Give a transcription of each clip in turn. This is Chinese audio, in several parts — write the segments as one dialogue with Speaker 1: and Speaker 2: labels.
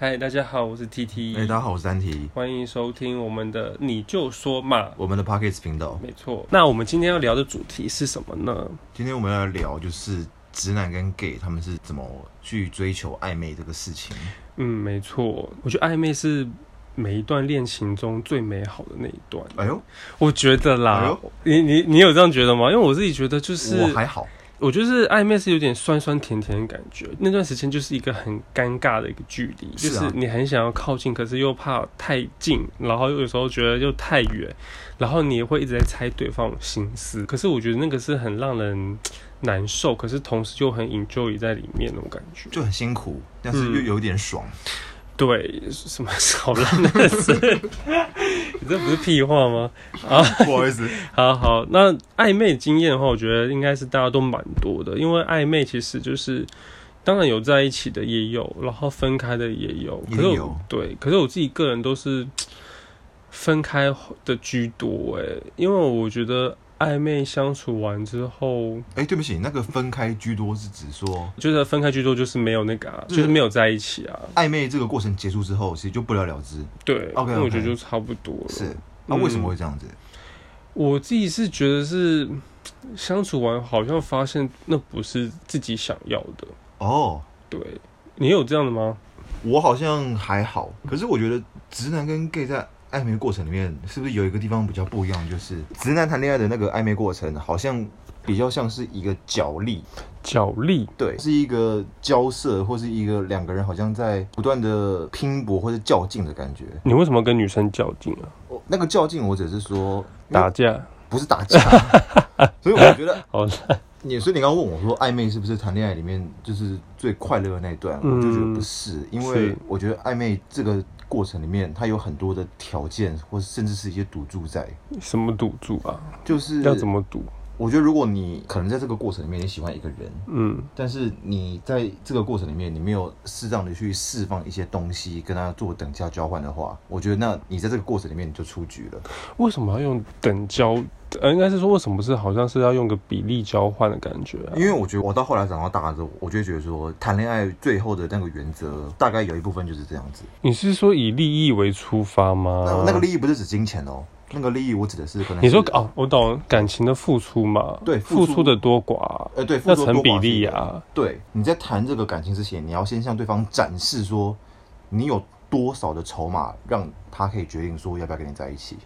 Speaker 1: 嗨，大家好，我是 T T，
Speaker 2: 哎、大家好，我是安提，
Speaker 1: 欢迎收听我们的你就说嘛，
Speaker 2: 我们的 Pockets 频道。
Speaker 1: 没错。那我们今天要聊的主题是什么呢？
Speaker 2: 今天我们要聊就是直男跟 gay 他们是怎么去追求暧昧这个事情。
Speaker 1: 嗯，没错，我觉得暧昧是每一段恋情中最美好的那一段，
Speaker 2: 哎呦，
Speaker 1: 我觉得
Speaker 2: 哎
Speaker 1: 啦
Speaker 2: 呦。
Speaker 1: 你你你有这样觉得吗？因为我自己觉得就是，
Speaker 2: 我还好，
Speaker 1: 我就是暧昧是有点酸酸甜甜的感觉，那段时间就是一个很尴尬的一个距离，就是
Speaker 2: 啊
Speaker 1: 是你很想要靠近，可是又怕太近，然后又有时候觉得又太远，然后你也会一直在猜对方心思。可是我觉得那个是很让人难受，可是同时又很 enjoy 在里面那种感觉。
Speaker 2: 就很辛苦，但是又有点爽。
Speaker 1: 对，什么好烂的事， 你这不是屁话吗？
Speaker 2: 不好意思，
Speaker 1: 好好，那暧昧经验的话，我觉得应该是大家都蛮多的，因为暧昧其实就是，当然有在一起的也有，然后分开的也有，可是
Speaker 2: 也
Speaker 1: 我
Speaker 2: 有
Speaker 1: 对，可是我自己个人都是分开的居多诶，因为我觉得暧昧相处完之后，
Speaker 2: 哎、对不起，那个分开居多是指说
Speaker 1: 觉得分开居多就是没有那个、啊，
Speaker 2: 是
Speaker 1: 就是没有在一起啊，
Speaker 2: 暧昧这个过程结束之后，其实就不了了之。
Speaker 1: 对，那
Speaker 2: OK，OK
Speaker 1: 我觉得就差不多了。
Speaker 2: 是，那、
Speaker 1: 嗯
Speaker 2: 为什么会这样子？
Speaker 1: 我自己是觉得是相处完好像发现那不是自己想要的。
Speaker 2: 哦，
Speaker 1: 对，你有这样的吗？
Speaker 2: 我好像还好，可是我觉得直男跟 gay 在暧昧过程里面，是不是有一个地方比较不一样？就是直男谈恋爱的那个暧昧过程，好像比较像是一个角力，
Speaker 1: 角力，
Speaker 2: 对，是一个交涉或是一个两个人好像在不断的拼搏或者较劲的感觉。
Speaker 1: 你为什么跟女生较劲啊？
Speaker 2: 哦那个较劲，我只是说
Speaker 1: 打架？哦
Speaker 2: 不是打架，所以我觉得
Speaker 1: 好，
Speaker 2: 你，所以你刚刚问我说暧昧是不是谈恋爱里面就是最快乐的那一段，
Speaker 1: 嗯
Speaker 2: 我就觉得不是，因为
Speaker 1: 是
Speaker 2: 我觉得暧昧这个过程里面，它有很多的条件，或是甚至是一些赌注在，
Speaker 1: 什么赌注啊？
Speaker 2: 就是
Speaker 1: 要怎么赌？
Speaker 2: 我觉得如果你可能在这个过程里面你喜欢一个人，
Speaker 1: 嗯，
Speaker 2: 但是你在这个过程里面，你没有适当的去释放一些东西，跟他做等价交换的话，我觉得那你在这个过程里面你就出局了。
Speaker 1: 为什么要用等交？呃，应该是说为什么是好像是要用个比例交换的感觉啊？
Speaker 2: 因为我觉得我到后来长到大了之后，我就会觉得说，谈恋爱最后的那个原则，大概有一部分就是这样子。
Speaker 1: 你是说以利益为出发吗？
Speaker 2: 那那个利益不是指金钱哦，那个利益我指的是可
Speaker 1: 哦
Speaker 2: 能
Speaker 1: 你说
Speaker 2: 是
Speaker 1: 哦，我懂感情的付出嘛？
Speaker 2: 对
Speaker 1: 付
Speaker 2: 付出
Speaker 1: 出的多寡啊，
Speaker 2: 呃对，
Speaker 1: 要
Speaker 2: 付出
Speaker 1: 成
Speaker 2: 多
Speaker 1: 比
Speaker 2: 寡是一
Speaker 1: 例
Speaker 2: 个。
Speaker 1: 啊。
Speaker 2: 对，你在谈这个感情之前，你要先向对方展示说，你有多少的筹码，让他可以决定说要不要跟你在一起。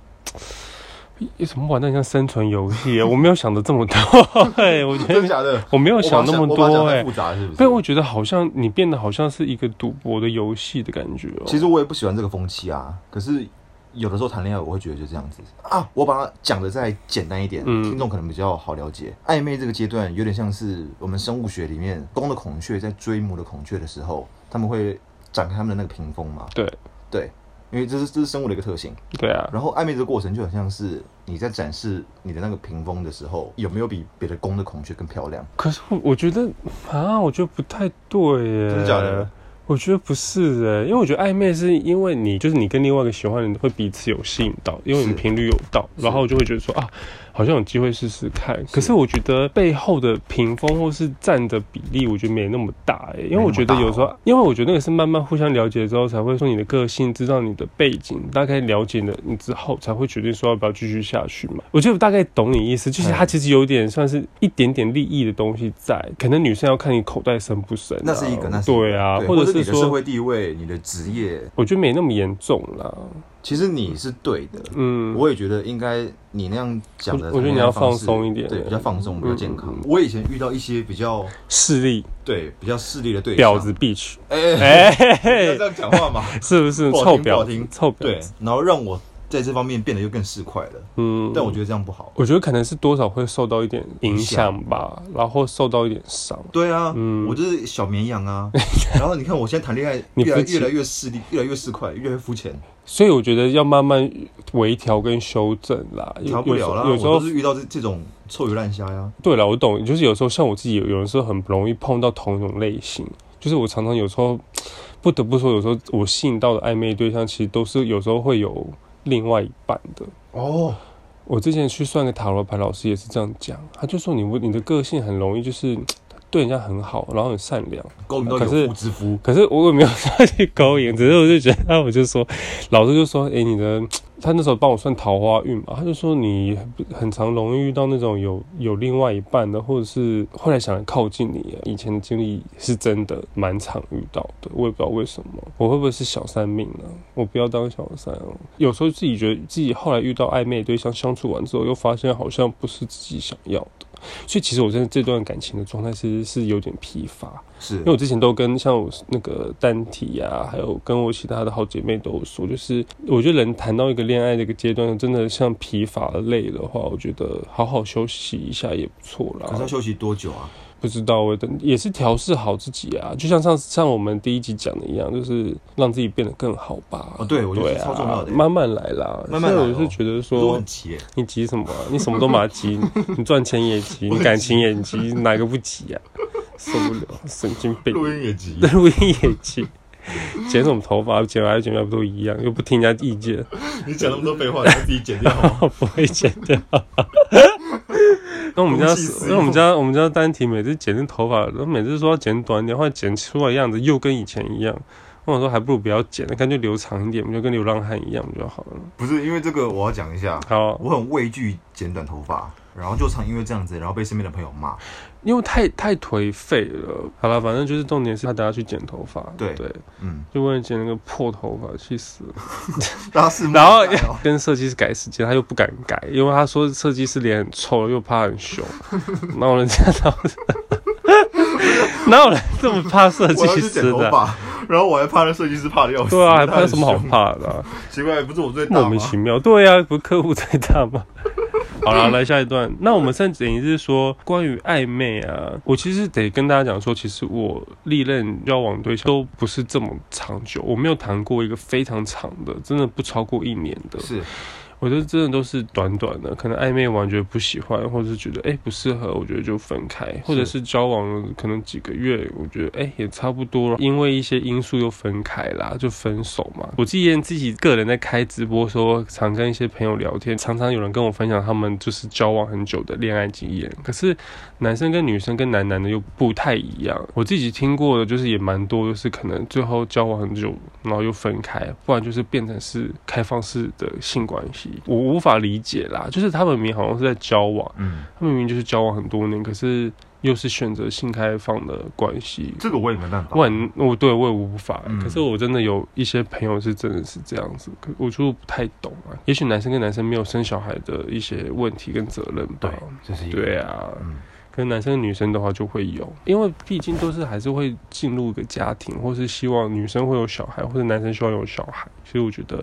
Speaker 1: 诶怎么玩的像生存游戏啊？我没有想的这么多， 嘿我觉
Speaker 2: 真的
Speaker 1: 得
Speaker 2: 假的？
Speaker 1: 我没有想那么多
Speaker 2: 我把它想
Speaker 1: 哎、
Speaker 2: 太复杂了是不是？
Speaker 1: 被我觉得好像你变得好像是一个赌博的游戏的感觉哦。
Speaker 2: 其实我也不喜欢这个风气啊，可是有的时候谈恋爱我会觉得就这样子啊。我把它讲的再简单一点，
Speaker 1: 嗯
Speaker 2: 听众可能比较好了解。暧昧这个阶段有点像是我们生物学里面公的孔雀在追母的孔雀的时候，他们会展开他们的那个屏风嘛？
Speaker 1: 对
Speaker 2: 对，因为这是这是生物的一个特性。
Speaker 1: 对啊，
Speaker 2: 然后暧昧这个过程就很像是你在展示你的那个屏风的时候，有没有比别的公的孔雀更漂亮？
Speaker 1: 可是我我觉得啊，我觉得不太对耶，
Speaker 2: 真的假的？
Speaker 1: 我觉得不是哎，因为我觉得暧昧是因为你就是你跟另外一个喜欢的人会彼此有吸引到，因为你们
Speaker 2: 是
Speaker 1: 频率有到，
Speaker 2: 是
Speaker 1: 然后就会觉得说啊，好像有机会试试看。可是我觉得背后的屏风或是占的比例，我觉得没那么大哎，因为我觉得有时候，
Speaker 2: 没那么大
Speaker 1: 因为我觉得那个是慢慢互相了解之后才会说你的个性，知道你的背景，大概了解了你之后才会决定说要不要继续下去嘛。我觉得我大概懂你意思，就是它
Speaker 2: 嗯
Speaker 1: 其实有点算是一点点利益的东西在，可能女生要看你口袋深不深啊、
Speaker 2: 那是一个，那是一个
Speaker 1: 对啊，
Speaker 2: 对
Speaker 1: 或者
Speaker 2: 是你
Speaker 1: 是
Speaker 2: 的社
Speaker 1: 说
Speaker 2: 会地位、你的职业，
Speaker 1: 我觉得没那么严重啦。
Speaker 2: 其实你是对的，
Speaker 1: 嗯，
Speaker 2: 我也觉得应该你那样讲的
Speaker 1: 我
Speaker 2: 谈
Speaker 1: 我觉得
Speaker 2: 恋爱方式，
Speaker 1: 你要放松一点
Speaker 2: 对，比较放松，比较健康。
Speaker 1: 嗯
Speaker 2: 我以前遇到一些比较
Speaker 1: 势力
Speaker 2: 对比较势利的对象
Speaker 1: 婊子，bitch，
Speaker 2: 哎、
Speaker 1: 哎、
Speaker 2: 不要
Speaker 1: 嘿
Speaker 2: 这
Speaker 1: 嘿
Speaker 2: 样 讲话嘛，
Speaker 1: 是不是
Speaker 2: 不好
Speaker 1: 臭
Speaker 2: 听不
Speaker 1: 婊
Speaker 2: 好
Speaker 1: 子
Speaker 2: 听？
Speaker 1: 臭婊
Speaker 2: 对
Speaker 1: 子，，
Speaker 2: 然后让我在这方面变得又更市侩了。
Speaker 1: 嗯
Speaker 2: 但我觉得这样不好。
Speaker 1: 我觉得可能是多少会受到一点影响吧，然后受到一点伤。
Speaker 2: 对啊，
Speaker 1: 嗯
Speaker 2: 我就是小绵 羊啊。然后你看我现在谈恋爱
Speaker 1: 你
Speaker 2: 越来
Speaker 1: 肤浅
Speaker 2: 越来越势利，越来越市侩，越来越肤浅，
Speaker 1: 所以我觉得要慢慢微调跟修正啦。有
Speaker 2: 调不了啦。
Speaker 1: 有
Speaker 2: 我
Speaker 1: 时候有
Speaker 2: 都
Speaker 1: 时候
Speaker 2: 是遇到这这种臭鱼烂虾呀。
Speaker 1: 对了，我懂，就是有时候像我自己有，有的时候很不容易碰到同一种类型，就是我常常有时候不得不说，有时候我吸引到的暧昧对象，其实都是有时候会有另外一半的。
Speaker 2: 哦，
Speaker 1: 我之前去算个塔罗牌，老师也是这样讲，他就说你你的个性很容易就是对人家很好，然后很善良。
Speaker 2: 勾引到
Speaker 1: 可是
Speaker 2: 有夫之夫，
Speaker 1: 可是我也没有上去勾引，只是我就觉得，那我就说，老师就说，诶，你的，他那时候帮我算桃花运嘛，他就说你很常容易遇到那种有有另外一半的，或者是后来想靠近你，啊以前的经历是真的蛮常遇到的，我也不知道为什么，我会不会是小三命呢、我不要当小三哦、有时候自己觉得自己后来遇到暧昧对象相处完之后，又发现好像不是自己想要的，所以其实我真的这段感情的状态其实是有点疲乏。
Speaker 2: 是
Speaker 1: 因为我之前都跟像我那个丹体啊，还有跟我其他的好姐妹都有说，就是我觉得人谈到一个恋爱的一个阶段，真的像疲乏累的话，我觉得好好休息一下也不错
Speaker 2: 可是要
Speaker 1: 啦。
Speaker 2: 休息多久啊？
Speaker 1: 不知道，我等也是调试好自己啊，就像上次像我们第一集讲的一样，就是让自己变得更好吧。
Speaker 2: 哦对我觉得
Speaker 1: 对
Speaker 2: 这超重要的
Speaker 1: 啊，慢慢来啦。
Speaker 2: 慢慢来
Speaker 1: 现在我
Speaker 2: 哦
Speaker 1: 是觉得
Speaker 2: 我
Speaker 1: 说
Speaker 2: 很，急耶，
Speaker 1: 你急什么啊、你什么都马急，你赚钱也急，你感情也急，哪个不急啊？受不了，神经病。，
Speaker 2: 录音也急
Speaker 1: 录音也急，剪什么头发，剪完还是剪不完不都一样，又不听人家意见，
Speaker 2: 你讲那么多废话，你要自己剪掉好吗。
Speaker 1: 不会剪掉。那我们家
Speaker 2: 公器私，用
Speaker 1: 那我们家，我们家丹婷每次剪那头发，然后每次说要剪短一点，后来剪出来的样子又跟以前一样。我想说还不如不要剪了，干脆留长一点，我们就跟流浪汉一样就好了。
Speaker 2: 不是因为这个，我要讲一下，
Speaker 1: 好，
Speaker 2: 我很畏惧剪短头发，然后就常因为这样子，然后被身边的朋友骂。
Speaker 1: 因为太太颓废了。好了，反正就是重点是他等下去剪头发，
Speaker 2: 对
Speaker 1: 对，
Speaker 2: 嗯，
Speaker 1: 就为了剪那个破头发，气死了。
Speaker 2: 大家 是
Speaker 1: 然后
Speaker 2: 哦
Speaker 1: 跟设计师改时间，他又不敢改，因为他说设计师脸很臭，又怕很 凶。然后人家然后哪有人这么怕设
Speaker 2: 我要
Speaker 1: 计
Speaker 2: 去剪
Speaker 1: 师
Speaker 2: 头
Speaker 1: 的啊？
Speaker 2: 发，然后我还怕那设计师怕的要死。
Speaker 1: 对啊，还怕有
Speaker 2: 他
Speaker 1: 什么好
Speaker 2: 很凶？
Speaker 1: 怕的啊、
Speaker 2: 奇怪，不是我最大
Speaker 1: 莫
Speaker 2: 吗
Speaker 1: 名？其妙。对啊，不是客户最大吗？好了，来下一段。那我们现在等于是说关于暧昧啊，我其实得跟大家讲说，其实我历任交往对象都不是这么长久，我没有谈过一个非常长的，真的不超过一年的。
Speaker 2: 是
Speaker 1: 我觉得真的都是短短的，可能暧昧完觉得不喜欢，或者是觉得哎、诶不适合，我觉得就分开，或者是交往了可能几个月，我觉得哎、诶也差不多了，因为一些因素又分开啦，就分手嘛。我之前自己个人在开直播的时候，常跟一些朋友聊天，常常有人跟我分享他们就是交往很久的恋爱经验，可是男生跟女生跟男男的又不太一样。我自己听过的就是也蛮多，就是可能最后交往很久，然后又分开，不然就是变成是开放式的性关系。我无法理解啦，就是他们明明好像是在交往，
Speaker 2: 嗯，
Speaker 1: 他们明明就是交往很多年，可是又是选择性开放的关系。
Speaker 2: 这个我也没办法
Speaker 1: 我。很我对我也无法、
Speaker 2: 嗯
Speaker 1: 可是我真的有一些朋友是真的是这样子，可我就不太懂啊。也许男生跟男生没有生小孩的一些问题跟责任吧
Speaker 2: 对。，这是一个
Speaker 1: 对啊，
Speaker 2: 嗯，
Speaker 1: 可能男生跟女生的话就会有，因为毕竟都是还是会进入一个家庭，或是希望女生会有小孩，或者男生希望有小孩，所以我觉得，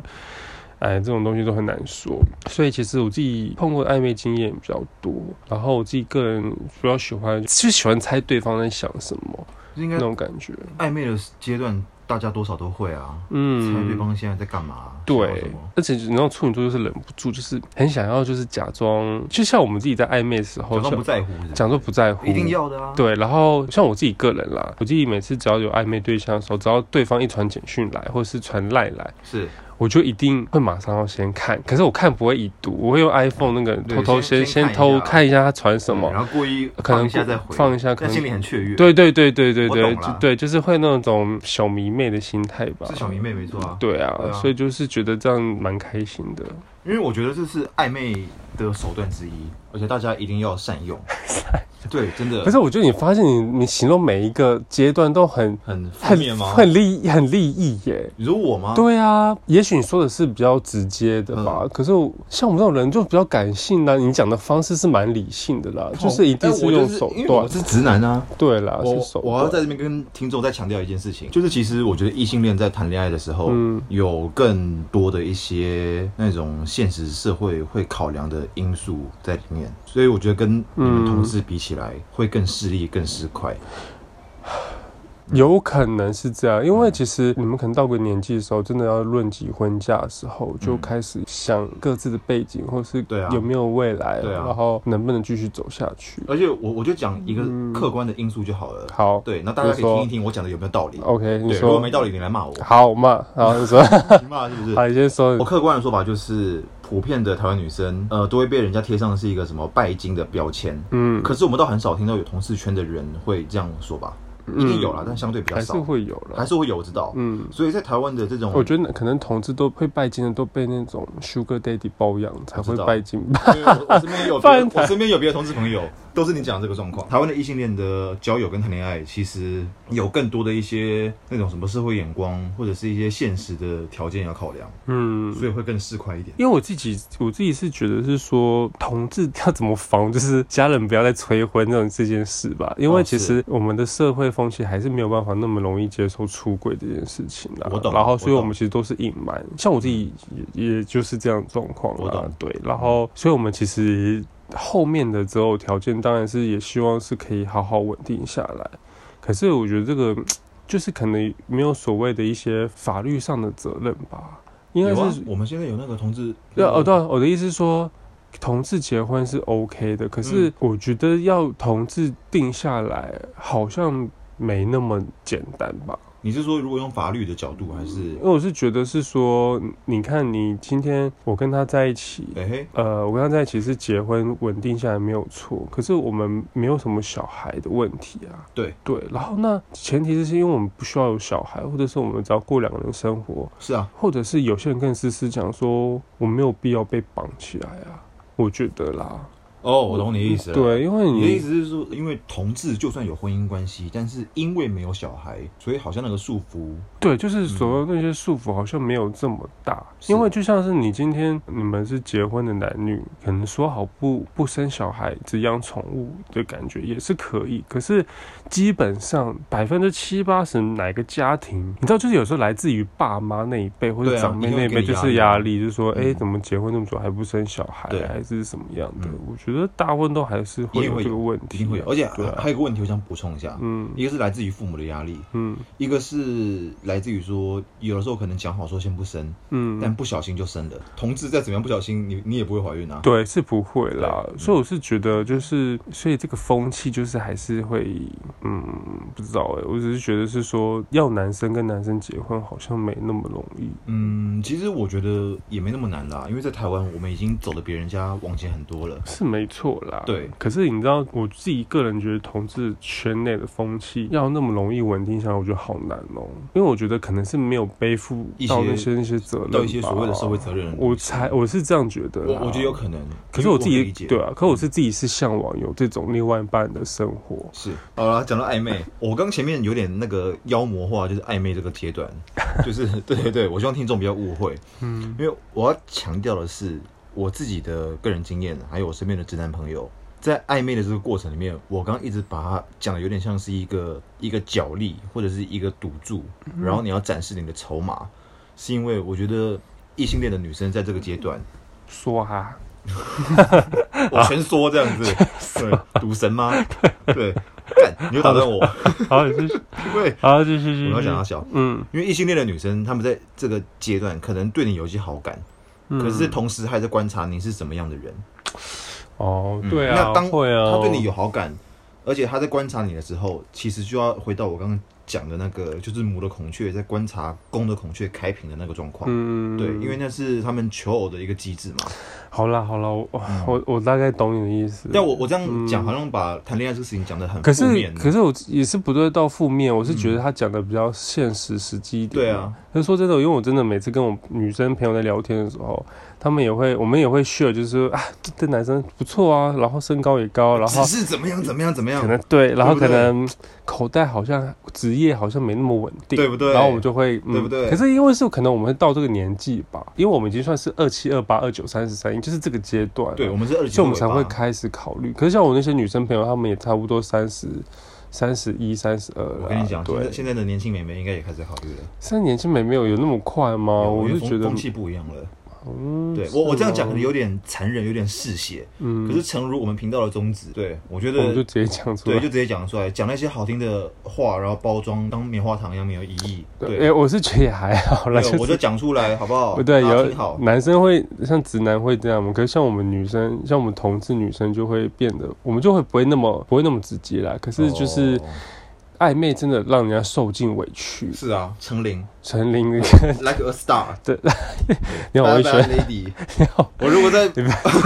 Speaker 1: 哎，这种东西都很难说。所以其实我自己碰过的暧昧经验比较多，然后我自己个人比较喜欢，就喜欢猜对方在想什么
Speaker 2: 应该
Speaker 1: 那种感觉。
Speaker 2: 暧昧的阶段，大家多少都会啊，猜对
Speaker 1: 嗯，
Speaker 2: 方现在在干嘛，想要
Speaker 1: 对
Speaker 2: 什么，
Speaker 1: 而且你知道处女座就是忍不住，就是很想要，就是假装，就像我们自己在暧昧的时候
Speaker 2: 假，装不在乎，
Speaker 1: 假装不在乎，
Speaker 2: 一定要的啊。，
Speaker 1: 对，然后像我自己个人啦，我自己每次只要有暧昧对象的时候，只要对方一传简讯来，或者是传赖来，
Speaker 2: 是
Speaker 1: 我就一定会马上要先看。可是我看不会已读，我会用 iPhone 那个
Speaker 2: 对
Speaker 1: 偷偷
Speaker 2: 先
Speaker 1: 先
Speaker 2: 先看一
Speaker 1: 偷
Speaker 2: 下
Speaker 1: 看一下他传什
Speaker 2: 对
Speaker 1: 么。
Speaker 2: 然后故意
Speaker 1: 可能
Speaker 2: 放一下再回，
Speaker 1: 放一下可
Speaker 2: 但
Speaker 1: 能
Speaker 2: 心里很雀跃。，
Speaker 1: 对对对对对
Speaker 2: 我
Speaker 1: 对
Speaker 2: 懂啦
Speaker 1: 对，就是会那种小迷妹的心态吧。
Speaker 2: 是小迷妹没错啊。
Speaker 1: 对啊
Speaker 2: 对，啊
Speaker 1: 所以就是觉得这样蛮开心的。
Speaker 2: 因为我觉得这是暧昧的手段之一，而且大家一定要善用。对，真的。
Speaker 1: 可是我觉得你发现你你形容每一个阶段都很
Speaker 2: 很负
Speaker 1: 很
Speaker 2: 面吗？
Speaker 1: 很利很利益耶。
Speaker 2: 你说我吗？
Speaker 1: 对啊，也许你说的是比较直接的吧，
Speaker 2: 嗯
Speaker 1: 可是我像我们这种人就比较感性啊啦，你讲的方式是蛮理性的啦，
Speaker 2: 靠，
Speaker 1: 就是一定
Speaker 2: 哦但哎我
Speaker 1: 用
Speaker 2: 就
Speaker 1: 手
Speaker 2: 因为
Speaker 1: 段
Speaker 2: 我，是直男啊。
Speaker 1: 对啦，
Speaker 2: 我
Speaker 1: 是手段。
Speaker 2: 我要在这边跟听众再强调一件事情，就是其实我觉得异性恋在谈恋爱的时候，
Speaker 1: 嗯
Speaker 2: 有更多的一些那种现实社会会考量的因素在里面，所以我觉得跟你
Speaker 1: 嗯
Speaker 2: 们同事比起来，会更势利、更市侩。
Speaker 1: 有可能是这样，因
Speaker 2: 嗯
Speaker 1: 为其实你们可能到个年纪的时候，真的要论及婚嫁的时候，就开始想各自的背景，或是
Speaker 2: 对啊
Speaker 1: 有没有未来，
Speaker 2: 对啊
Speaker 1: 然后能不能继续走下去。
Speaker 2: 而且我我就讲一个客观的因素就好了。
Speaker 1: 好，
Speaker 2: 对，那大家可
Speaker 1: 就嗯
Speaker 2: 以
Speaker 1: 说
Speaker 2: 听一听我讲的有没有道理。
Speaker 1: ，OK，你
Speaker 2: 对，如果
Speaker 1: 说
Speaker 2: 没道理，你 来骂我，
Speaker 1: 好嘛？然后你 说，
Speaker 2: 你骂是不是？
Speaker 1: 好，你先说
Speaker 2: 我。客观的说法就是，普遍的台湾女生，呃，都会被人家贴上是一个什么拜金的标签。
Speaker 1: 嗯，
Speaker 2: 可是我们倒很少听到有同事圈的人会这样说吧？一定有啦，但相对比较
Speaker 1: 还是
Speaker 2: 少，
Speaker 1: 会有了
Speaker 2: 还。是会有，我知道。
Speaker 1: 嗯，
Speaker 2: 所以在台湾的这种，
Speaker 1: 我觉得可能同志都会拜金的，都被那种 Sugar Daddy 包养才
Speaker 2: 我
Speaker 1: 会
Speaker 2: 知道
Speaker 1: 拜金吧。
Speaker 2: 因为我我身 边有别
Speaker 1: 犯
Speaker 2: 的，
Speaker 1: 台
Speaker 2: 我身边有别的同志朋友，都是你讲的这个状况。台湾的异性恋的交友跟谈恋爱，其实有更多的一些那种什么社会眼光，或者是一些现实的条件要考量，
Speaker 1: 嗯，
Speaker 2: 所以会更市侩一点。
Speaker 1: 因为我自己我自己是觉得是说，同志要怎么防， 就是家人不要再催婚这种这件事吧。因为
Speaker 2: 哦
Speaker 1: 其实我们的社会风气还是没有办法那么容易接受出轨这件事情啦。
Speaker 2: 我懂
Speaker 1: 然后，所以
Speaker 2: 我
Speaker 1: 我
Speaker 2: 懂
Speaker 1: 们其实都是隐瞒，像我自己也也就是这样的状况
Speaker 2: 我
Speaker 1: 啦
Speaker 2: 懂。
Speaker 1: 对，然后，所以我们其实后面的择偶条件当然是也希望是可以好好稳定下来。可是我觉得这个就是可能没有所谓的一些法律上的责任吧。应该
Speaker 2: 有啊
Speaker 1: 是，
Speaker 2: 我们现在有那个同志，
Speaker 1: 对啊，哦，对啊，我的意思是说，同志结婚是 OK 的，可是我觉得要同志定下来，好像没那么简单吧。
Speaker 2: 你是说如果用法律的角度，还是
Speaker 1: 因为我是觉得是说，你看你今天我跟他在一起，
Speaker 2: 哎、嘿，
Speaker 1: 呃，我跟他在一起是结婚稳定下来没有错，可是我们没有什么小孩的问题啊。
Speaker 2: 对
Speaker 1: 对，然后那前提是因为我们不需要有小孩，或者是我们只要过两个人生活，
Speaker 2: 是啊，
Speaker 1: 或者是有些人更是思想说，我没有必要被绑起来啊，我觉得啦。
Speaker 2: 哦，我懂你的意思了。，
Speaker 1: 对，啊因为
Speaker 2: 你的意
Speaker 1: 你
Speaker 2: 思是说，因为同志就算有婚姻关系，但是因为没有小孩，所以好像那个束缚，
Speaker 1: 对，就是所谓那些束缚好像没有这么大，
Speaker 2: 是
Speaker 1: 因为就嗯像是你今天你们是结婚的男女，可能说好不不生小孩，只养宠物的感觉也是可以。可是基本上百分之七八十哪个家庭，你知道，就是有时候来自于爸妈那一辈或者
Speaker 2: 对啊
Speaker 1: 长辈
Speaker 2: 一定
Speaker 1: 那
Speaker 2: 会
Speaker 1: 一辈，
Speaker 2: 给你
Speaker 1: 就是压
Speaker 2: 压力
Speaker 1: 力，就是说，哎，
Speaker 2: 嗯
Speaker 1: 怎么结婚那么久还不生小孩
Speaker 2: 对，
Speaker 1: 还是什么样的
Speaker 2: 嗯？
Speaker 1: 我觉得大部分都还是会
Speaker 2: 一定
Speaker 1: 有
Speaker 2: 会
Speaker 1: 这个问
Speaker 2: 一
Speaker 1: 题
Speaker 2: 定会有。，而且还
Speaker 1: 对啊
Speaker 2: 还有一个问题，我想补充一下，
Speaker 1: 嗯
Speaker 2: 一个是来自于父母的压力，
Speaker 1: 嗯
Speaker 2: 一个是来自于说，有的时候可能讲好说先不生，
Speaker 1: 嗯，
Speaker 2: 但不小心就生了。同志再怎么样不小心，你你也不会怀孕啊。
Speaker 1: 对，是不会啦。
Speaker 2: 对嗯
Speaker 1: 所以我是觉得，就是所以这个风气就是还是会，嗯，不知道哎、我只是觉得是说，要男生跟男生结婚好像没那么容易。
Speaker 2: 嗯，其实我觉得也没那么难啦，因为在台湾我们已经走的比人家往前很多了。
Speaker 1: 是没错啦，
Speaker 2: 对。
Speaker 1: 可是你知道，我自己个人觉得同志圈内的风气要那么容易稳定下来，我觉得好难哦、因为我觉得可能是没有背负
Speaker 2: 一些
Speaker 1: 到那些那些责任，
Speaker 2: 到一些所谓的社会。责任，
Speaker 1: 我才我是这样觉得啦，
Speaker 2: 我我觉得有可能，
Speaker 1: 可是我自
Speaker 2: 因为
Speaker 1: 己
Speaker 2: 理解嗯
Speaker 1: 对啊，可我是自己是向往有这种另外一半的生活，
Speaker 2: 是好了，讲到暧昧，我刚前面有点那个妖魔化，就是暧昧这个阶段，就是对对对，我希望听众不要误会，
Speaker 1: 嗯
Speaker 2: 因为我要强调的是我自己的个人经验，还有我身边的直男朋友，在暧昧的这个过程里面，我刚刚一直把它讲的有点像是一个一个角力或者是一个赌注，然后你要展示你的筹码，是因为我觉得异性恋的女生在这个阶段，
Speaker 1: 说啊，
Speaker 2: 我全说这样子，对，赌神吗？对，干，你又打断我，
Speaker 1: 好，继续，
Speaker 2: 因为
Speaker 1: 好，继续，继
Speaker 2: 我
Speaker 1: 续。
Speaker 2: 要讲他啊小。
Speaker 1: 嗯，
Speaker 2: 因为异性恋的女生，她们在这个阶段可能对你有一些好感，
Speaker 1: 嗯，
Speaker 2: 可是同时还在观察你是什么样的人。
Speaker 1: 哦，
Speaker 2: 嗯
Speaker 1: 对啊，
Speaker 2: 那当
Speaker 1: 会啊，
Speaker 2: 她对你有好感，而且她在观察你的时候，其实就要回到我刚刚讲的那个，就是母的孔雀在观察公的孔雀开屏的那个状况。
Speaker 1: 嗯，
Speaker 2: 对，因为那是他们求偶的一个机制嘛。
Speaker 1: 好啦好啦，我我我大概懂你的意思。
Speaker 2: 嗯但我我这样讲，好像把谈恋爱这个事情讲得很
Speaker 1: 嗯可
Speaker 2: 负
Speaker 1: 是
Speaker 2: 面。
Speaker 1: 可是我也是不对到负面，我是觉得他讲的比较现实实际一点。
Speaker 2: 对啊，
Speaker 1: 可是说真的，因为我真的每次跟我女生朋友在聊天的时候，他们也会我们也会 share，就是说啊，这这男生不错啊，然后身高也高，然后
Speaker 2: 只是怎么样怎么样怎么
Speaker 1: 可
Speaker 2: 样，
Speaker 1: 能对，然后
Speaker 2: 对不
Speaker 1: 可
Speaker 2: 对
Speaker 1: 能口袋好像职业好像没那么稳定，
Speaker 2: 对不对
Speaker 1: 然后我们就会，嗯、
Speaker 2: 对不对
Speaker 1: 可是因为是可能我们到这个年纪吧，因为我们已经算是二七、二八、二九、三十三，就是这个阶段了，
Speaker 2: 对我们是二十七
Speaker 1: 所以我们才会
Speaker 2: 尾巴
Speaker 1: 开始考虑。可是像我那些女生朋友，她们也差不多三十。三十一、三十二，啊
Speaker 2: 我跟你讲，现
Speaker 1: 对
Speaker 2: 在，现在的年轻美眉应该也开始考虑了。
Speaker 1: 现在年轻美没有有那么快吗？
Speaker 2: 有
Speaker 1: 哦我
Speaker 2: 因
Speaker 1: 是
Speaker 2: 为
Speaker 1: 觉
Speaker 2: 风
Speaker 1: 得
Speaker 2: 风气不一样了。
Speaker 1: 嗯，
Speaker 2: 对
Speaker 1: 是
Speaker 2: 我我这样
Speaker 1: 哦
Speaker 2: 讲可能有点残忍，有点嗜血，
Speaker 1: 嗯，
Speaker 2: 可是诚如我们频道的宗旨，对我觉
Speaker 1: 我们哦就
Speaker 2: 得。
Speaker 1: 直接讲出
Speaker 2: 对，
Speaker 1: 来
Speaker 2: 就。直接讲出来，讲那些好听的话，然后包装当棉花糖一样没有意义。对，
Speaker 1: 哎、我是觉得也还好啦，
Speaker 2: 没有
Speaker 1: 就
Speaker 2: 我
Speaker 1: 是
Speaker 2: 就讲出来好不好？
Speaker 1: 不 对，
Speaker 2: 大家
Speaker 1: 有
Speaker 2: 挺好。
Speaker 1: 男生会像直男会这样嘛，可是像我们女生，像我们同志女生就会变得，我们就会不会那么不会那么直接啦。可是就是
Speaker 2: 哦
Speaker 1: 暧昧真的让人家受尽委屈。
Speaker 2: 是啊，成林
Speaker 1: 陈琳那个，
Speaker 2: like a star，
Speaker 1: 你好，我会
Speaker 2: Bye
Speaker 1: 学
Speaker 2: bye lady。我如果在，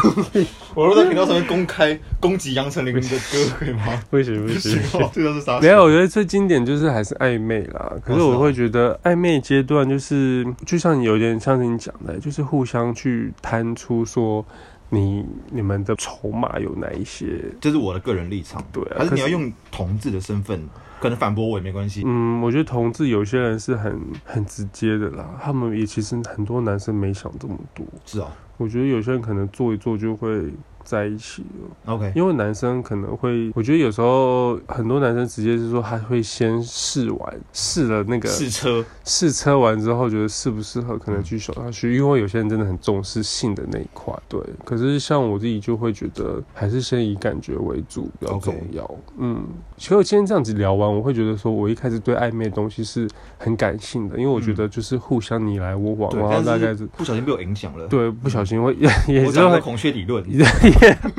Speaker 2: 我如果在频道上面公开攻击杨丞琳的歌，可以吗？
Speaker 1: 不行不
Speaker 2: 不
Speaker 1: 行
Speaker 2: 行，哦， 这个是啥？
Speaker 1: 没有，我觉得最经典就是还是暧昧啦。可是
Speaker 2: 哦是
Speaker 1: 我
Speaker 2: 哦
Speaker 1: 会觉得暧昧阶段就是，就像有点像是你讲的，就是互相去摊出说你你们的筹码有哪一些。
Speaker 2: 这是我的个人立场。
Speaker 1: 对啊
Speaker 2: 还是
Speaker 1: 可
Speaker 2: 你要
Speaker 1: 是
Speaker 2: 用同志的身份，可能反驳我也没关系。
Speaker 1: 嗯，我觉得同志有些人是很很直接的啦，他们也其实很多男生没想这么多。
Speaker 2: 是啊
Speaker 1: 我觉得有些人可能做一做就会在一起了。
Speaker 2: ，OK，
Speaker 1: 因为男生可能会，我觉得有时候很多男生直接是说他会先试完，试了那个
Speaker 2: 试车
Speaker 1: 试车完之后觉得适不适合，
Speaker 2: 嗯
Speaker 1: 可能去手上去，因为有些人真的很重视性的那一块，对。可是像我自己就会觉得，还是先以感觉为主比较
Speaker 2: OK
Speaker 1: 重要。嗯，其实我今天这样子聊完，我会觉得说我一开始对暧昧的东西是很感性的，因为我觉得就是互相你来我往，
Speaker 2: 嗯对，
Speaker 1: 然后大
Speaker 2: 但
Speaker 1: 概
Speaker 2: 是
Speaker 1: 是
Speaker 2: 不小心被我影响了。
Speaker 1: 对不小心会也 也
Speaker 2: 我
Speaker 1: 是
Speaker 2: 讲的
Speaker 1: 会
Speaker 2: 孔雀理论，
Speaker 1: 也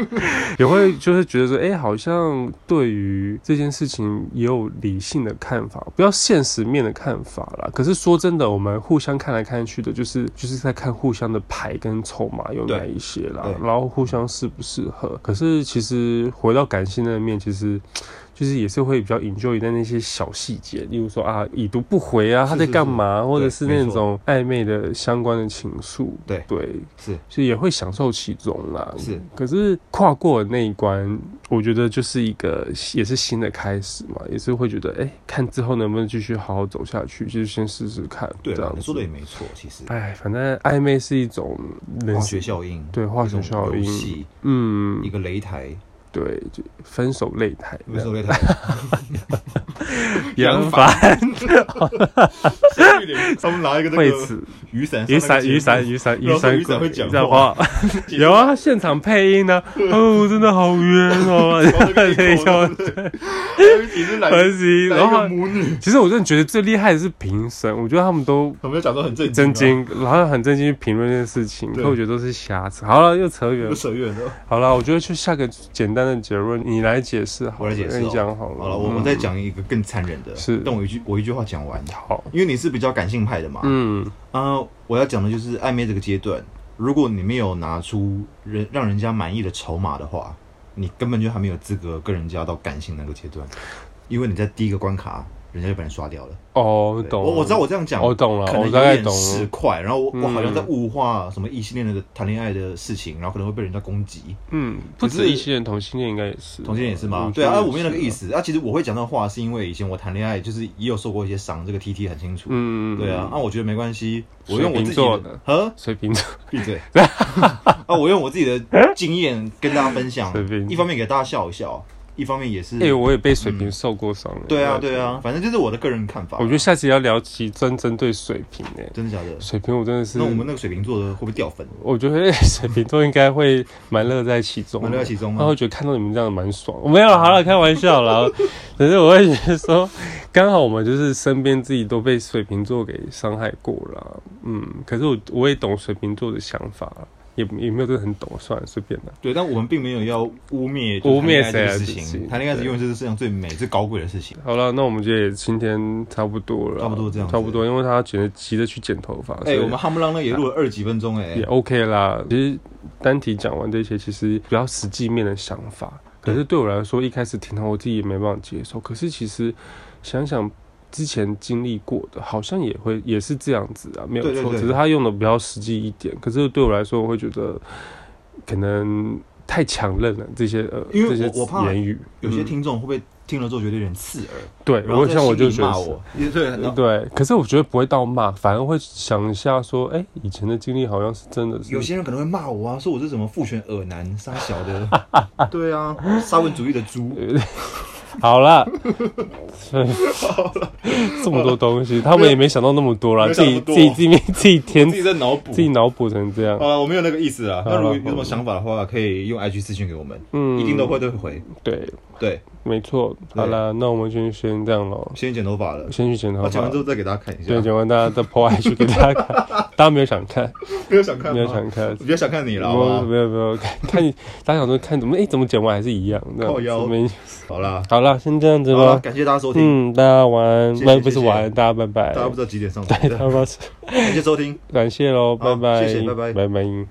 Speaker 1: 也会就是觉得说，哎、好像对于这件事情也有理性的看法，不要现实面的看法啦。可是说真的，我们互相看来看去的，就是就是在看互相的牌跟筹码有哪
Speaker 2: 对
Speaker 1: 一些啦
Speaker 2: 对，
Speaker 1: 然后互相适不适合。可是其实回到感性那面，其实。就是也是会比较 enjoy 在那些小细节，例如说啊，已读不回啊，他
Speaker 2: 是
Speaker 1: 在
Speaker 2: 是
Speaker 1: 干嘛，或者
Speaker 2: 对
Speaker 1: 是
Speaker 2: 没
Speaker 1: 那
Speaker 2: 错
Speaker 1: 种暧昧的相关的情愫，
Speaker 2: 对
Speaker 1: 对，
Speaker 2: 是
Speaker 1: 所以也会享受其中啦。
Speaker 2: 是，
Speaker 1: 可是跨过那一关，我觉得就是一个也是新的开始嘛，也是会觉得哎、看之后能不能继续好好走下去，就是先试试看。
Speaker 2: 对
Speaker 1: 这
Speaker 2: 啦
Speaker 1: 样，
Speaker 2: 你
Speaker 1: 子
Speaker 2: 说的也没错，其实
Speaker 1: 哎，反正暧昧是一种人
Speaker 2: 化学效应，
Speaker 1: 对化学
Speaker 2: 一种
Speaker 1: 效
Speaker 2: 游
Speaker 1: 应，
Speaker 2: 戏
Speaker 1: 嗯
Speaker 2: 一，个擂台，
Speaker 1: 对，就分手擂台，
Speaker 2: 不是说擂 台，
Speaker 1: 杨凡
Speaker 2: 下雨林他们拿一个那
Speaker 1: 惠
Speaker 2: 个
Speaker 1: 子，
Speaker 2: 雨伞上
Speaker 1: 雨
Speaker 2: 那个
Speaker 1: 伞
Speaker 2: 节目，
Speaker 1: 雨伞雨伞
Speaker 2: 然后
Speaker 1: 伞
Speaker 2: 雨伞
Speaker 1: 鬼
Speaker 2: 会讲
Speaker 1: 雨伞
Speaker 2: 话
Speaker 1: 话， 有啊，现场配音呢，哦，真的好冤 哦， 对，就
Speaker 2: 哎有一集是来
Speaker 1: 很喜，
Speaker 2: 来
Speaker 1: 然
Speaker 2: 一
Speaker 1: 后
Speaker 2: 个。母女，
Speaker 1: 其实我真的觉得最厉害的是评审，我觉得他们都
Speaker 2: 我们就假装很啊震
Speaker 1: 真
Speaker 2: 惊
Speaker 1: 经，然后很正经去评论这件事情，
Speaker 2: 对
Speaker 1: 可我觉得都是瑕疵。好了，又扯远
Speaker 2: 啊，就
Speaker 1: 了。
Speaker 2: 扯远了。
Speaker 1: 好了，我觉得去下个简单的结论，你来解释好了，
Speaker 2: 我来解释哦
Speaker 1: 你讲好了。
Speaker 2: 好了，我我
Speaker 1: 嗯
Speaker 2: 再讲一个更残忍的，
Speaker 1: 是
Speaker 2: 但我一句我一句话讲完，
Speaker 1: 好，
Speaker 2: 因为你是比较感性派的嘛，
Speaker 1: 嗯，
Speaker 2: 啊，我要讲的就是暧昧这个阶段，如果你没有拿出人让人家满意的筹码的话，你根本就还没有资格跟人家到感性那个阶段，因为你在第一个关卡，人家就把你刷掉了。
Speaker 1: 哦，懂，
Speaker 2: 我我知道我这样讲，
Speaker 1: 我懂了
Speaker 2: 可，
Speaker 1: 我
Speaker 2: 能有
Speaker 1: 大概
Speaker 2: 点
Speaker 1: 懂
Speaker 2: 市
Speaker 1: 了。
Speaker 2: 侩，然后我、我好像在
Speaker 1: 嗯
Speaker 2: 物化什么异性恋的谈恋爱的事情，然后可能会被人家攻击。
Speaker 1: 嗯，不
Speaker 2: 可
Speaker 1: 止
Speaker 2: 是
Speaker 1: 异性恋，同性恋应该也是，
Speaker 2: 同性恋也是吗
Speaker 1: 嗯？
Speaker 2: 对啊，
Speaker 1: 觉
Speaker 2: 啊
Speaker 1: 得
Speaker 2: 我没有那个
Speaker 1: 是
Speaker 2: 意思。啊，其实我会讲这种话，是因为以前我谈恋爱就是也有受过一些伤，这个 T T 很清楚。
Speaker 1: 嗯，
Speaker 2: 对啊，那、我觉得没关系，我
Speaker 1: 水
Speaker 2: 用我
Speaker 1: 瓶
Speaker 2: 自己
Speaker 1: 座
Speaker 2: 的
Speaker 1: 的
Speaker 2: 呵
Speaker 1: 水瓶座，
Speaker 2: 闭嘴 啊，我用我自己的经验跟大家分享
Speaker 1: 水瓶，
Speaker 2: 一方面给大家笑一笑，一方面也是，
Speaker 1: 哎，我也被水瓶受过伤。
Speaker 2: 嗯
Speaker 1: 欸
Speaker 2: 对啊对，啊，反正就是我的个人看法。
Speaker 1: 我觉得下次要聊起专针对水瓶诶，
Speaker 2: 真的假的？
Speaker 1: 水瓶我真的是
Speaker 2: 那我们那个水瓶座的会不会掉粉？
Speaker 1: 我觉得水瓶座应该会蛮乐在其中的，
Speaker 2: 蛮乐在其中吗啊
Speaker 1: 他会觉得看到你们这样蛮爽。我没有，好了，开玩笑 啦。可是我会觉得说，刚好我们就是身边自己都被水瓶座给伤害过了，嗯。可是我我也懂水瓶座的想法，也也没有真的很懂，算了，随便啦。
Speaker 2: 对，但我们并没有要污蔑
Speaker 1: 污蔑
Speaker 2: 就是谈恋爱
Speaker 1: 谁啊
Speaker 2: 这个事
Speaker 1: 自己
Speaker 2: 情，谈恋爱是永远是世界上最美、最高贵的事情。
Speaker 1: 好了，那我们就也今天差不多了，
Speaker 2: 差不多这样子
Speaker 1: 差不多，因为他觉得急着去剪头发，所
Speaker 2: 哎、
Speaker 1: 以
Speaker 2: 我们哈姆浪呢也
Speaker 1: 啊
Speaker 2: 录了二十几分钟哎、
Speaker 1: 也 OK 啦。其实单体讲完这些，其实比较实际面的想法。可
Speaker 2: 嗯
Speaker 1: 是对我来说，一开始听到我自己也没办法接受。可是其实想想之前经历过的，好像也会也是这样子啊，没有错。
Speaker 2: 对对对
Speaker 1: 只是他用的比较实际一点。可是对我来说，我会觉得可能太强韧了这些呃
Speaker 2: 因为
Speaker 1: 这
Speaker 2: 我
Speaker 1: 些
Speaker 2: 我怕
Speaker 1: 言语，
Speaker 2: 有些
Speaker 1: 嗯、
Speaker 2: 听众会不会听了之后觉得有点刺耳？
Speaker 1: 对，
Speaker 2: 然
Speaker 1: 嗯
Speaker 2: 后
Speaker 1: 我
Speaker 2: 在
Speaker 1: 像我
Speaker 2: 心
Speaker 1: 就
Speaker 2: 里
Speaker 1: 觉得
Speaker 2: 骂
Speaker 1: 是
Speaker 2: 我，对，然后
Speaker 1: 对，可是我觉得不会到骂，反而会想一下说，哎、以前的经历好像是真的是
Speaker 2: 有些人可能会骂我啊，说我是什么父权耳男、杀小的，对啊，沙文主义的猪。
Speaker 1: 好了，这么多东西，他们也没想到那么多啦，
Speaker 2: 没
Speaker 1: 自己
Speaker 2: 想那么多
Speaker 1: 自己自己自己填
Speaker 2: 自己在脑补
Speaker 1: 自。己脑补成这样。
Speaker 2: 啊，我没有那个意思啊。
Speaker 1: 好
Speaker 2: 那
Speaker 1: 了
Speaker 2: 如果
Speaker 1: 好
Speaker 2: 有
Speaker 1: 了
Speaker 2: 什么想法的话，可以用 IG 私信给我们，
Speaker 1: 嗯
Speaker 2: 一定都会都会回。
Speaker 1: 对，
Speaker 2: 对，
Speaker 1: 没错。
Speaker 2: 对
Speaker 1: 好了，那我们就先这样咯，
Speaker 2: 先剪头发了，
Speaker 1: 先去剪头
Speaker 2: 啊，
Speaker 1: 发。
Speaker 2: 剪完之后再给大家看一下。
Speaker 1: 对，剪完大家再抛 IG 给大家看，大家没有想看，
Speaker 2: 没有想看吗，
Speaker 1: 没有想看
Speaker 2: 我比较想看你了，好不
Speaker 1: 我
Speaker 2: 好
Speaker 1: 没有没有看看你，大家想说看怎么哎、怎么剪完还是一样，这样
Speaker 2: 靠腰
Speaker 1: 子没
Speaker 2: 好啦，
Speaker 1: 好了，先这样子
Speaker 2: 好啦，
Speaker 1: 吧。
Speaker 2: 感谢大家收听，
Speaker 1: 嗯，大家晚安，
Speaker 2: 谢谢
Speaker 1: 不不是
Speaker 2: 谢谢
Speaker 1: 晚安，大家拜拜
Speaker 2: 大。家不知道几点上
Speaker 1: 对，
Speaker 2: 班，
Speaker 1: 大家不知道
Speaker 2: 感谢收听。
Speaker 1: 感谢喽，
Speaker 2: 好
Speaker 1: 拜拜，
Speaker 2: 谢谢拜拜
Speaker 1: 拜拜。